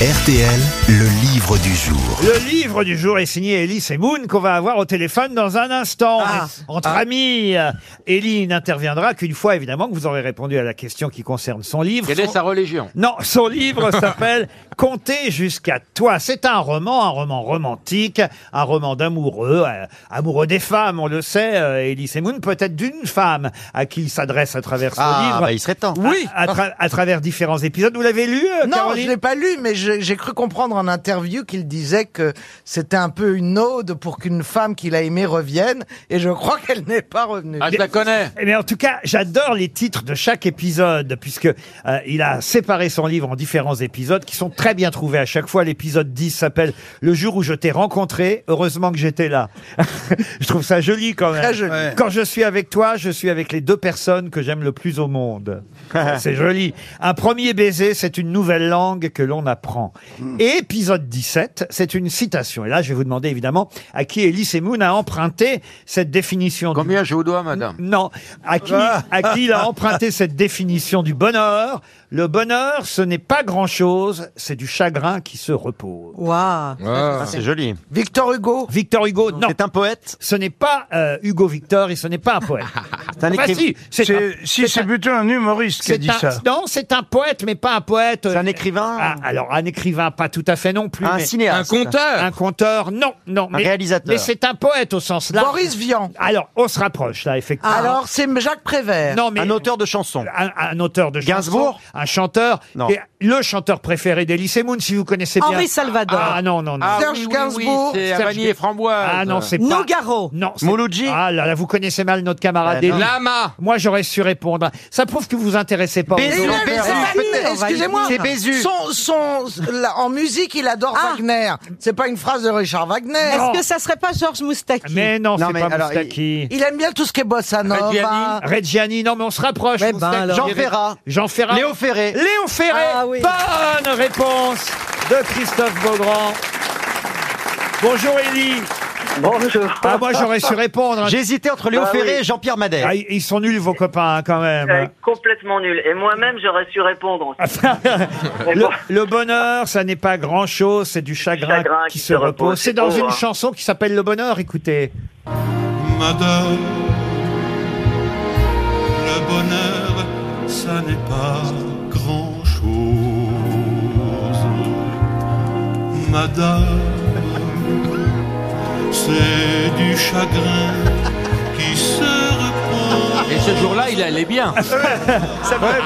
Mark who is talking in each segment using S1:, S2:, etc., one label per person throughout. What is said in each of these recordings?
S1: RTL, le livre du jour.
S2: Le livre du jour est signé Elise et Moon qu'on va avoir au téléphone dans un instant.
S3: Ah.
S2: Entre amis, Ellie n'interviendra qu'une fois, évidemment, que vous aurez répondu à la question qui concerne son livre.
S4: Quelle est
S2: Son-
S4: sa religion
S2: Non, son livre s'appelle Comptez jusqu'à toi. C'est un roman, un roman romantique, un roman d'amoureux, euh, amoureux des femmes, on le sait, euh, Elise et Moon, peut-être d'une femme à qui il s'adresse à travers son livre.
S4: il serait temps.
S3: Oui.
S2: À, à tra- à travers différents épisodes. Vous l'avez lu, euh,
S3: Non,
S2: Caroline
S3: je l'ai pas lu, mais j'ai j'ai cru comprendre en interview qu'il disait que c'était un peu une ode pour qu'une femme qu'il a aimée revienne, et je crois qu'elle n'est pas revenue.
S4: Ah, je la connais.
S2: Eh bien, en tout cas, j'adore les titres de chaque épisode, puisque euh, il a séparé son livre en différents épisodes qui sont très bien trouvés à chaque fois. L'épisode 10 s'appelle Le jour où je t'ai rencontré. Heureusement que j'étais là. je trouve ça joli quand même.
S3: Très joli.
S2: Quand je suis avec toi, je suis avec les deux personnes que j'aime le plus au monde. c'est joli. Un premier baiser, c'est une nouvelle langue que l'on apprend.
S3: Mm.
S2: Et épisode 17, c'est une citation. Et là, je vais vous demander évidemment à qui Elise et Moon a emprunté cette définition du
S4: Combien je vous dois, madame
S2: non. À qui, à qui il a emprunté cette définition du bonheur Le bonheur, ce n'est pas grand-chose, c'est du chagrin qui se repose.
S5: Waouh
S4: C'est joli.
S3: Victor Hugo
S2: Victor Hugo, non.
S4: Ah. un poète
S2: Ce n'est pas euh, Hugo Victor et ce n'est pas un poète.
S4: C'est un
S2: Enfin,
S4: écrivain.
S2: si, c'est un-
S6: C'est- si c'est plutôt un humoriste qui a
S2: c'est
S6: dit
S2: un-
S6: ça.
S2: non, c'est un poète, mais pas un poète.
S4: C'est un écrivain
S2: Ah, alors, un écrivain, pas tout à fait non plus.
S4: Un
S2: mais-
S4: cinéaste. Un
S2: conteur. Un conteur, non, non. mais,
S4: réalisateur.
S2: Mais c'est un poète au sens large.
S3: Boris Vian.
S2: Alors, on se rapproche là,
S4: Ah.
S2: effectivement.
S3: Alors c'est Jacques Prévert.
S2: non, mais
S4: de chansons.
S2: un, un auteur de
S4: Gainsbourg
S2: chansons, un chanteur,
S4: Non.
S2: et le chanteur préféré d'Elysée Moon, si vous connaissez bien.
S5: Henri Salvador.
S2: Ah non, non, non.
S4: Ah,
S3: Serge
S4: oui, oui,
S3: Gainsbourg.
S4: Oui, c'est
S2: Serge
S4: Avanier et Framboise.
S2: Ah non, c'est pas...
S5: Nogaro
S2: Non, c'est-
S4: Mouloudji
S2: Ah là là, vous connaissez mal notre camarade
S4: Eh non.
S2: Élie.
S4: Lama.
S2: Moi, j'aurais su répondre. Ça prouve que vous vous intéressez pas. aux
S4: Bézu.
S2: autres.
S3: Mais c'est pas lui,
S5: Peut-être.
S3: Excusez-moi.
S4: C'est Bézu.
S3: Son, son, la- en musique, il adore
S5: Ah.
S3: Wagner. C'est pas une phrase de Richard Wagner.
S2: Non.
S5: Est-ce que ça serait pas Georges Moustaki
S2: Mais non,
S4: Non,
S2: c'est
S4: mais
S2: pas
S4: alors,
S2: Moustaki.
S3: Il aime bien tout ce qui est bossa nova.
S4: Reggiani.
S2: Reggiani, non mais on se rapproche.
S5: Eh ben
S2: Moustaki.
S5: alors.
S4: Jean Ferrat.
S2: Jean Ferrat.
S4: Léo Ferré.
S2: Léo Ferré.
S5: Ah oui.
S2: Bonne réponse de Christophe Beaugrand. Bonjour Élie.
S7: Bonjour.
S2: Ah, moi, j'aurais su répondre. hein.
S4: J'hésitais entre Léo
S7: Bah oui.
S4: et Jean-Pierre Madère.
S2: Ah, ils ils sont nuls, vos copains, hein, quand
S7: Euh,
S4: Bah.
S2: même.
S7: complètement nul. Et moi-même, j'aurais su répondre
S4: Ah.
S7: aussi. Mais
S2: Le,
S7: bon.
S2: le bonheur, ça n'est pas grand-chose, c'est du chagrin,
S7: chagrin
S2: qui se repose. C'est dans
S7: Oh,
S2: une
S7: hein.
S2: chanson qui s'appelle Le bonheur, écoutez.
S8: Madame, le bonheur, ça n'est pas grand-chose. Madame, c'est du chagrin qui se repose.
S4: Et ce jour-là, il allait bien.
S6: Ouais,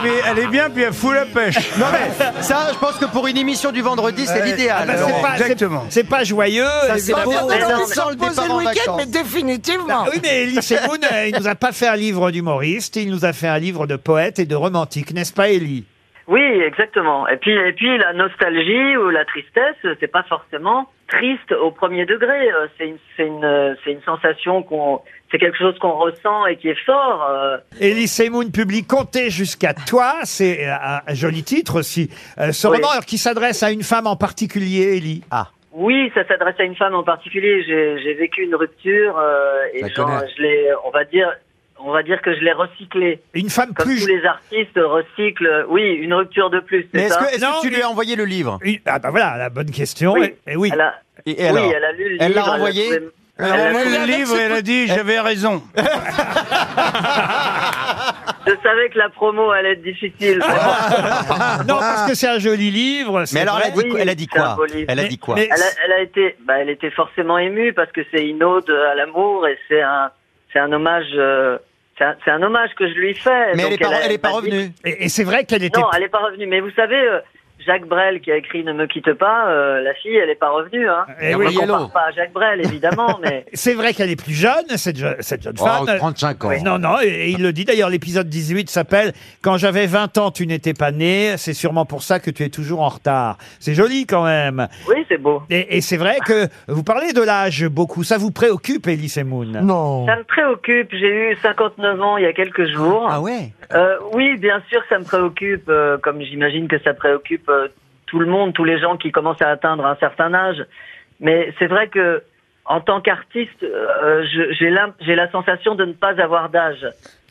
S6: mais elle est bien, puis elle fout la pêche.
S4: Non mais, ça, je pense que pour une émission du vendredi, Ah c'est l'idéal.
S2: Bah, c'est
S4: Laurent.
S2: pas- c'est-
S6: exactement.
S2: C'est pas joyeux.
S4: c'est
S2: évidemment.
S4: pas bien.
S3: Non,
S4: Et
S3: non,
S4: dans
S3: non,
S4: le
S3: sans
S4: sol,
S3: poser
S4: départ
S3: le
S4: en
S3: week-end,
S4: vacances.
S3: mais définitivement.
S2: Ah Oui, mais Elie Semoun, euh, il nous a pas fait un livre d'humoriste, il nous a fait un livre de poète et de romantique, n'est-ce pas, Elie
S7: Oui, exactement. Et puis, et puis, la nostalgie ou la tristesse, c'est pas forcément triste au premier degré. Euh, C'est une, c'est une, euh, c'est une sensation qu'on, c'est quelque chose qu'on ressent et qui est fort. euh.
S2: Elie Semoun publie Comptez jusqu'à toi, c'est euh, un un joli titre aussi. Euh, ce
S7: Oui.
S2: roman alors, qui s'adresse à une femme en particulier, Elie.
S7: Oui, ça s'adresse à une femme en particulier. J'ai j'ai vécu une rupture euh, et
S4: La
S7: j'en-
S4: connais.
S7: je l'ai, on va dire, on va dire que je l'ai recyclé.
S2: Une femme
S7: Comme
S2: plus
S7: tous les artistes recyclent, oui, une rupture de plus.
S4: Mais
S7: c'est
S4: est-ce
S7: ça
S4: que, est-ce que
S2: Non,
S4: tu lui as envoyé le livre
S2: Une- Ah bah voilà, la bonne question.
S7: Oui.
S2: Et, et oui.
S7: Elle a-
S4: Et, et
S7: oui,
S4: alors
S7: elle a lu le
S4: Elle l'a
S7: livre,
S4: renvoyé
S7: trouvé-
S6: Elle a
S7: elle a
S6: envoyé
S7: trouvé-
S6: le livre et elle a dit j'avais raison.
S7: Je savais que la promo allait être difficile.
S4: Ah,
S2: Non, parce que c'est un joli livre. c'est
S4: Mais alors, elle a
S2: vrai.
S4: dit,
S7: Oui,
S4: elle a dit
S7: c'est un
S4: quoi
S7: beau livre.
S4: Elle a
S2: Mais-
S4: dit quoi
S2: mais-
S7: Elle, a- elle a été, bah, elle était forcément émue parce que c'est une ode à l'amour et c'est un, c'est un hommage, euh, c'est un, c'est un hommage que je lui fais.
S4: Mais elle
S7: Donc,
S4: est pas,
S7: a-
S4: elle est pas
S7: m'a dit-
S4: revenue.
S2: Et, et c'est vrai qu'elle était.
S7: Non, elle est pas revenue. Mais vous savez, euh, Jacques Brel qui a écrit Ne me quitte pas, euh, la fille, elle est pas revenue. Hein.
S2: Eh
S7: On
S2: oui.
S4: Yellow.
S7: compare pas à Jacques Brel, évidemment, mais
S2: C'est vrai qu'elle est plus jeune, cette, je- cette
S4: Oh,
S2: jeune
S7: Oh,
S2: femme.
S4: 35 ans.
S2: Non, non, et, et il le dit d'ailleurs, l'épisode 18 s'appelle Quand j'avais 20 ans, tu n'étais pas né, c'est sûrement pour ça que tu es toujours en retard. C'est joli quand même.
S7: oui, c'est beau.
S2: Et, et c'est vrai que vous parlez de l'âge beaucoup, ça vous préoccupe, Elise et Moon
S3: Non.
S7: Ça me préoccupe. J'ai eu 59 ans il y a quelques jours.
S4: Ah ouais
S7: Euh, oui, bien sûr, ça me préoccupe, euh, comme j'imagine que ça préoccupe euh, tout le monde, tous les gens qui commencent à atteindre un certain âge. Mais c'est vrai que, en tant qu'artiste, euh, je- j'ai la, j'ai la sensation de ne pas avoir d'âge.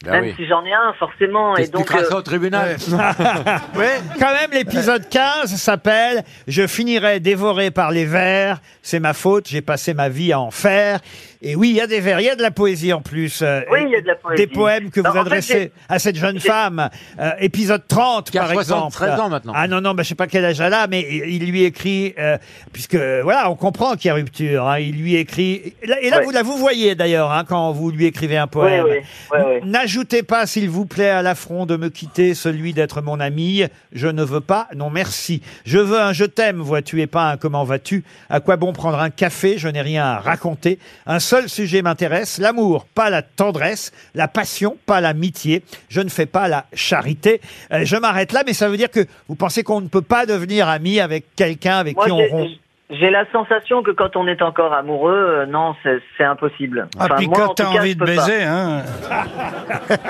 S2: Bah
S7: même si j'en ai un, forcément. Et donc, euh,
S6: au tribunal.
S2: Quand même, l'épisode 15 s'appelle Je finirai dévoré par les vers. C'est ma faute, j'ai passé ma vie à en faire. Et oui, il y a des vers, il y a de la poésie en plus. euh,
S7: Oui,
S2: et
S7: il y a de la poésie.
S2: Des poèmes que
S7: Non,
S2: vous
S7: en fait,
S2: adressez
S7: j'ai-
S2: à cette jeune
S7: j'ai-
S2: femme. Euh, épisode 30,
S6: Qui a
S2: par exemple.
S6: 73 ans maintenant.
S2: Ah non, non, bah, je sais pas quel âge elle a, mais il lui écrit, euh, puisque voilà, on comprend qu'il y a rupture. hein, il lui écrit. Et là, et là,
S7: Ouais.
S2: vous, là, vous voyez d'ailleurs hein, quand vous lui écrivez un poème.
S7: oui, oui, oui.
S2: N'ajoutez pas, s'il vous plaît, à l'affront de me quitter celui d'être mon ami. Je ne veux pas, non merci. Je veux un je t'aime, vois-tu, et pas un comment vas-tu. À quoi bon prendre un café Je n'ai rien à raconter. Un seul sujet m'intéresse l'amour, pas la tendresse, la passion, pas l'amitié. Je ne fais pas la charité. Euh, je m'arrête là, mais ça veut dire que vous pensez qu'on ne peut pas devenir ami avec quelqu'un avec
S7: moi,
S2: qui on
S7: j'ai-
S2: rompt.
S7: j'ai la sensation que quand on est encore amoureux, euh, non, c'est c'est impossible.
S6: Ah, puis
S7: moi,
S6: quand
S7: en tout
S6: t'as
S7: cas,
S6: envie
S7: je
S6: de
S7: peux pas.
S6: baiser, hein,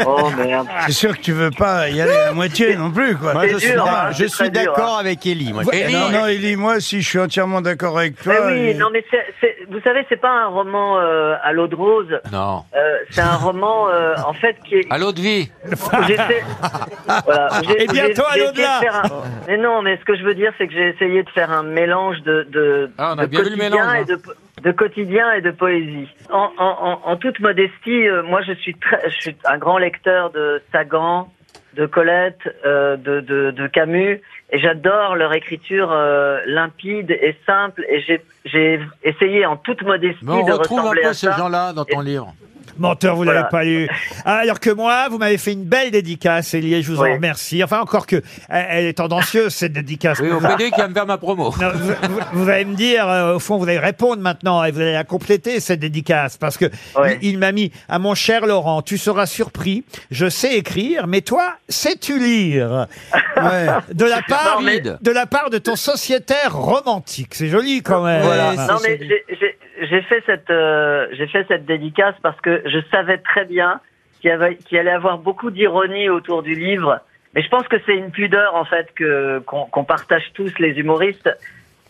S7: Oh merde.
S6: c'est sûr que tu veux pas y aller à moitié non plus, quoi.
S7: Moi, je suis- dur, hein,
S4: je
S7: c'est
S4: suis
S7: très dur,
S4: d'accord avec Ellie. Moi.
S6: Et non, non, Élie, moi, si je suis entièrement d'accord avec toi. euh,
S7: Mais oui,
S6: et-
S7: non, mais c'est- c'est- vous savez, c'est pas un roman euh, à l'eau de rose.
S9: Non.
S7: Euh, c'est un roman, euh, en fait, qui est.
S9: À l'eau de vie.
S7: J'essaie- Voilà, j'ai-
S2: Et bientôt Eh à
S7: j'ai- j'ai
S2: l'au-delà.
S7: essayé de faire un- Mais non, mais ce que je veux dire, c'est que j'ai essayé de faire un mélange de, de,
S9: Ah, on a
S7: de
S9: bien vu le mélange, hein.
S7: et de, po- de quotidien et de poésie. En, en- en- en toute modestie, euh, moi, je suis, très, je suis un grand lecteur de Sagan, de Colette, euh, de, de, de Camus, et j'adore leur écriture euh, limpide et simple. Et j'ai- j'ai essayé en toute modestie
S9: Mais on
S7: de
S9: retrouve un
S7: ressembler
S9: peu
S7: à
S9: ces
S7: ça.
S9: gens-là dans ton livre.
S2: Menteur, vous l'avez
S7: Voilà.
S2: pas lu. Ah, Alors que moi, vous m'avez fait une belle dédicace, Elie, je vous
S7: Oui.
S2: en remercie. Enfin, encore que, elle elle est tendancieuse, cette dédicace.
S9: Oui, au
S2: Non,
S9: PD qui va me faire ma promo.
S2: vous, vous- vous allez me dire, euh, au fond, vous allez répondre maintenant et vous allez la compléter, cette dédicace, parce que
S7: Ouais.
S2: il, il m'a mis à mon cher Laurent, tu seras surpris, je sais écrire, mais toi, sais-tu lire
S6: Ouais.
S2: de la, part,
S7: Non, mais-
S2: de la part de ton sociétaire romantique. C'est joli quand même.
S7: Voilà. Non mais j'ai- j'ai- j'ai fait cette euh, j'ai fait cette dédicace parce que je savais très bien qu'il y avait qu'il allait avoir beaucoup d'ironie autour du livre. Mais je pense que c'est une pudeur en fait que qu'on qu'on partage tous les humoristes,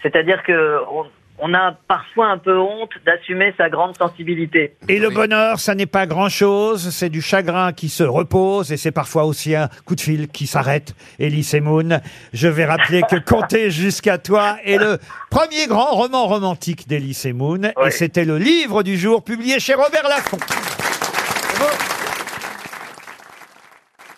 S7: c'est-à-dire que on, on a parfois un peu honte d'assumer sa grande sensibilité.
S2: Et le
S9: Oui.
S2: bonheur, ça n'est pas grand-chose, c'est du chagrin qui se repose et c'est parfois aussi un coup de fil qui s'arrête. Elise et Moon, je vais rappeler que Compter jusqu'à toi est le premier grand roman romantique d'Elise et Moon et
S7: Oui.
S2: c'était le livre du jour publié chez Robert Laffont.